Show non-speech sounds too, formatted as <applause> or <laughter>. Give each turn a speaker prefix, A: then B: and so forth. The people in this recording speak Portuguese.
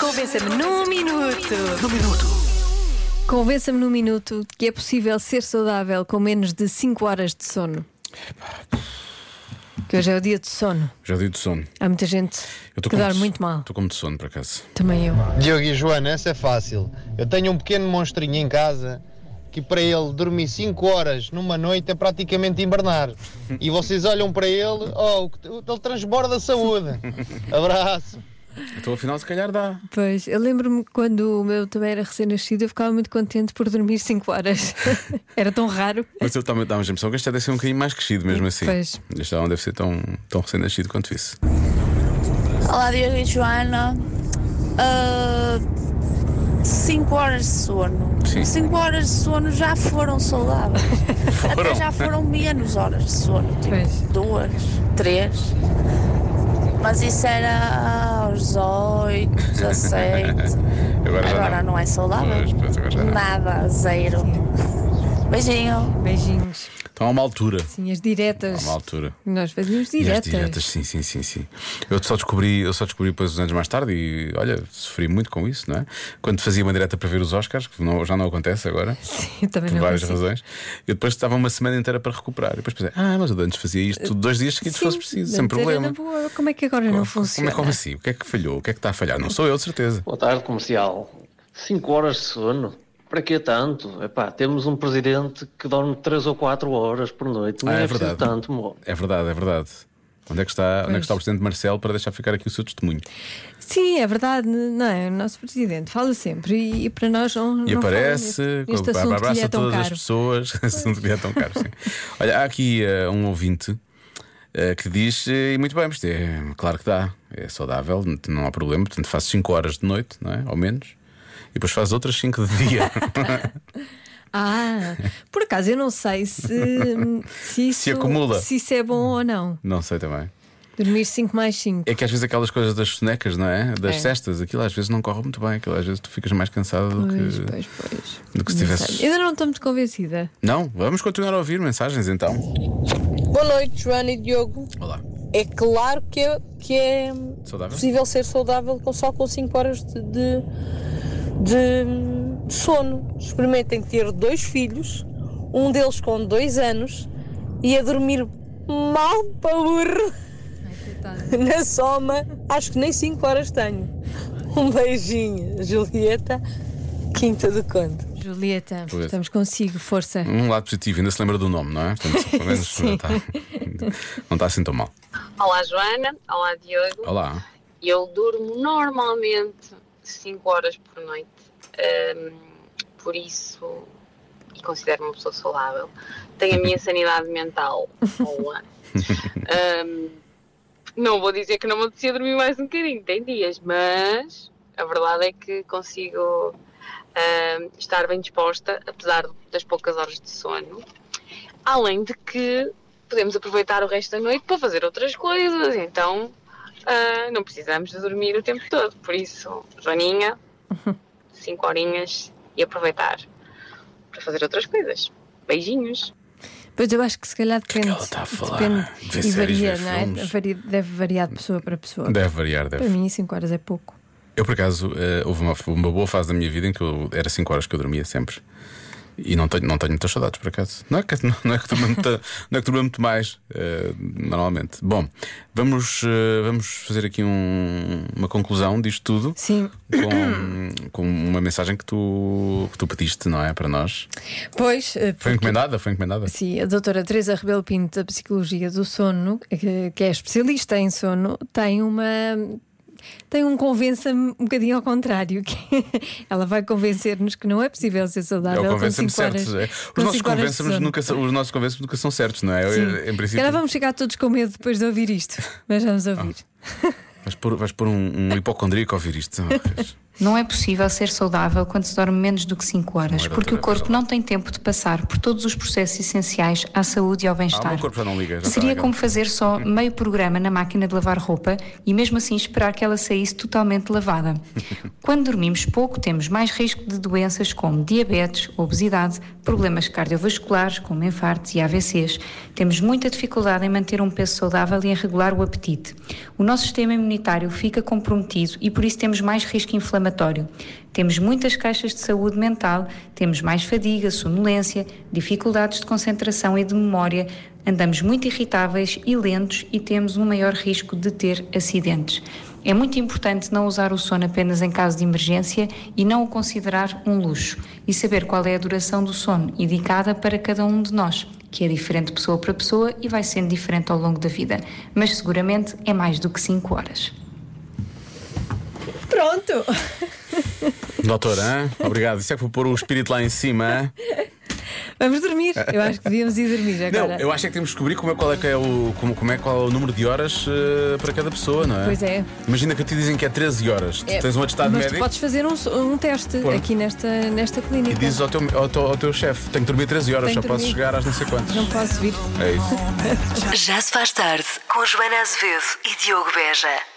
A: Convença-me num minuto.
B: No minuto.
A: Convença-me num minuto que é possível ser saudável com menos de 5 horas de sono. Que hoje é o dia de sono.
C: Já dei de sono.
A: Há muita gente
C: Eu
A: que dorme muito mal.
C: Estou com muito sono, por acaso.
A: Também eu.
D: Diogo e Joana, essa é fácil. Eu tenho um pequeno monstrinho em casa que para ele dormir 5 horas numa noite é praticamente invernar. E vocês olham para ele, oh, o que- o- ele transborda saúde. Abraço.
C: Então, afinal, se calhar dá.
A: Pois, eu lembro-me quando o meu também era recém-nascido, eu ficava muito contente por dormir 5 horas. <laughs> era tão raro.
C: Mas eu também dava a impressão que este deve ser um bocadinho mais crescido, mesmo assim.
A: Pois.
C: Este não deve ser tão, tão recém-nascido quanto isso.
E: Olá, Diogo e Joana. 5 horas de sono.
C: Sim.
E: 5 horas de sono já foram saudáveis.
C: <laughs> Foram.
E: Até já foram menos horas de sono.
A: Pois.
E: Tipo, duas, três. Mas isso era aos 18, 17.
C: <laughs> Agora já
E: Agora não é saudável.
C: Pois, pois, agora já não.
E: Nada, zero. Beijinho.
A: Beijinhos.
C: Então, há uma altura.
A: Sim, as
C: Há
A: diretas.
C: uma altura.
A: Nós fazíamos
C: E as
A: diretas.
C: diretas, sim, sim, sim, sim. Eu só descobri, eu só descobri depois uns anos mais tarde e olha, sofri muito com isso, não é? Quando fazia uma direta para ver os Oscars, que não- já não acontece agora,
A: <laughs> Sim, também
C: por
A: não
C: várias
A: consigo.
C: razões, eu depois estava uma semana inteira para recuperar. E depois pensei, ah, mas eu antes fazia isto tudo dois dias seguidos se fosse
A: Eh, Sim,
C: preciso,
A: mas
C: sem
A: era
C: problema.
A: na boa. Como é que agora
C: Como-
A: não funciona?
C: Como é como assim? O que é que falhou? O que é que está a falhar? Não sou eu, de certeza.
F: Boa tarde, comercial. Cinco horas de sono? Para que tanto? Epá, temos um presidente que dorme três ou quatro horas por noite. Não
C: Ah, é
F: é, preciso
C: verdade.
F: tanto, mo.
C: É verdade, é verdade. Onde é que está, onde é que está o presidente Marcelo para deixar ficar aqui o seu testemunho?
A: Sim, é verdade, não é? O nosso presidente fala sempre e, e para nós não.
C: E
A: não
C: aparece,
A: fala nisso. este
C: com-
A: assunto
C: abraça
A: lhe é tão
C: todas as
A: caro.
C: pessoas. <laughs> assunto lhe é tão caro, sim. Olha, há aqui eh, um ouvinte eh, que diz, eh, e muito bem, mas isto é, claro que dá, é saudável, n- não há problema, portanto faz 5 horas de noite, não é? Ao menos. E depois faz outras 5 de dia. <laughs>
A: Ah, por acaso eu não sei
C: <laughs>
A: se, se isso
C: Se acumula.
A: se isso é bom ou não.
C: não sei também.
A: Dormir 5 mais 5.
C: É que às vezes aquelas coisas das sonecas, não é? Das
A: É.
C: cestas, aquilo às vezes não corre muito bem, aquilo às vezes tu ficas mais cansado
A: Pois,
C: do É que.
A: pois, pois.
C: do que se
A: Não
C: tivesses-
A: sei. Ainda não estou muito convencida.
C: Não, vamos continuar a ouvir mensagens então.
G: Boa noite, Joana e Diogo.
C: Olá.
G: É claro que é, que é
C: Saudável?
G: possível ser saudável com- só com 5 horas de, de, de- de sono. Experimentem ter dois filhos, um deles com 2 anos e a dormir mal para burro. <laughs> Na soma, acho que nem 5 horas tenho. Um beijinho, Julieta, Quinta do Conto.
A: Julieta,
C: Pois.
A: estamos consigo, força.
C: Um lado positivo, ainda se lembra do nome, não é? Portanto, pelo
A: <laughs>
C: menos
A: Sim.
C: tá- não está assim tão mal.
H: Olá Joana, olá Diogo.
C: Olá.
H: Eu durmo normalmente 5 horas por noite, Ahm, por isso e considero-me uma pessoa saudável. Tenho a minha sanidade mental ao ano. Ahm, não vou dizer que não me apetecia dormir mais um bocadinho, tem dias, mas a verdade é que consigo ahm, estar bem disposta, apesar das poucas horas de sono. Além de que podemos aproveitar o resto da noite para fazer outras coisas, então ah, não precisamos de dormir o tempo todo. Por isso, Joaninha, cinco horinhas e aproveitar para fazer outras coisas. Beijinhos.
A: Pois eu acho que se calhar depende.
C: é ela está a falar?
A: Depende.
C: Vê
A: e
C: séries,
A: varia,
C: vê
A: não é?
C: filmes.
A: Varia- deve variar de pessoa para pessoa.
C: Deve variar,
A: Para
C: deve.
A: mim, 5 horas é pouco.
C: Eu, por acaso, eh, houve uma, uma boa fase da minha vida em que eu, era 5 horas que eu dormia sempre. E não tenho, não tenho muitas saudades, por acaso. Não é que, <laughs> não, não é que durma muito, não é que durma muito mais, eh, normalmente. Bom, vamos, eh, vamos fazer aqui um- uma conclusão disto tudo.
A: Sim.
C: Com, com uma mensagem que tu, que tu pediste, não é? Para nós.
A: Pois, eh,
C: Foi encomendada? Foi encomendada?
A: Sim, a doutora Teresa Rebelo Pinto da Psicologia do Sono, que que é especialista em sono, tem uma tem um convença-me um bocadinho ao contrário que <laughs> ela vai convencer-nos que não é possível ser
C: É
A: saudável
C: o
A: com 5
C: convença-me certo.
A: horas.
C: é.
A: com
C: Os nossos
A: cinco horas de
C: convença-me
A: sono.
C: nunca, são- os nossos convença nunca são certos, não é? Eu,
A: Sim.
C: Em
A: Se
C: princípio.
A: calhar vamos chegar todos com medo depois de ouvir isto, mas vamos ouvir. <laughs>
C: Vais pôr, vais pôr um, um hipocondríaco a ouvir isto. não, Rez?
B: Não é possível ser saudável quando se dorme menos do que 5 horas,
C: era outra
B: porque o corpo
C: coisa.
B: não tem tempo de passar por todos os processos essenciais à saúde e ao
C: Ah, o
B: bem-estar.
C: meu corpo já não liga. Já está
B: Seria
C: naquela-
B: como fazer só meio programa na máquina de lavar roupa e mesmo assim esperar que ela saísse totalmente
C: <laughs>
B: lavada. Quando dormimos pouco, temos mais risco de doenças como diabetes, obesidade, problemas cardiovasculares, como infartos e AVCs. Temos muita dificuldade em manter um peso saudável e em regular o apetite. O nosso sistema imunitário fica comprometido e por isso temos mais risco inflamatório. Temos muitas caixas de saúde mental, temos mais fadiga, sonolência, dificuldades de concentração e de memória, andamos muito irritáveis e lentos e temos um maior risco de ter acidentes. É muito importante não usar o sono apenas em caso de emergência e não o considerar um luxo e saber qual é a duração do sono indicada para cada um de nós, que é diferente pessoa para pessoa e vai sendo diferente ao longo da vida, mas seguramente é mais do que 5 horas.
A: Pronto!
C: Doutor, hã? obrigado. Isso é que vou pôr o espírito lá em cima. hã?
A: Vamos dormir. Eu acho que devíamos ir dormir
C: Não,
A: agora.
C: eu acho é que temos de descobrir como é, qual é que é o, como, como é, qual é o número de horas eh, para cada pessoa, não é?
A: Pois é.
C: Imagina que te dizem que é 13 horas.
A: É,
C: tu tens um atestado
A: Mas tu
C: médico
A: podes fazer um, um teste
C: Pronto.
A: aqui nesta, nesta
C: e
A: clínica.
C: dizes ao teu, ao teu, ao teu chefe: tenho que dormir 13 horas,
A: Tenho
C: já
A: que
C: posso
A: dormir.
C: chegar às não sei quantas.
A: Não posso vir.
C: É isso.
I: Já se faz tarde com Joana Azevedo e Diogo Beja.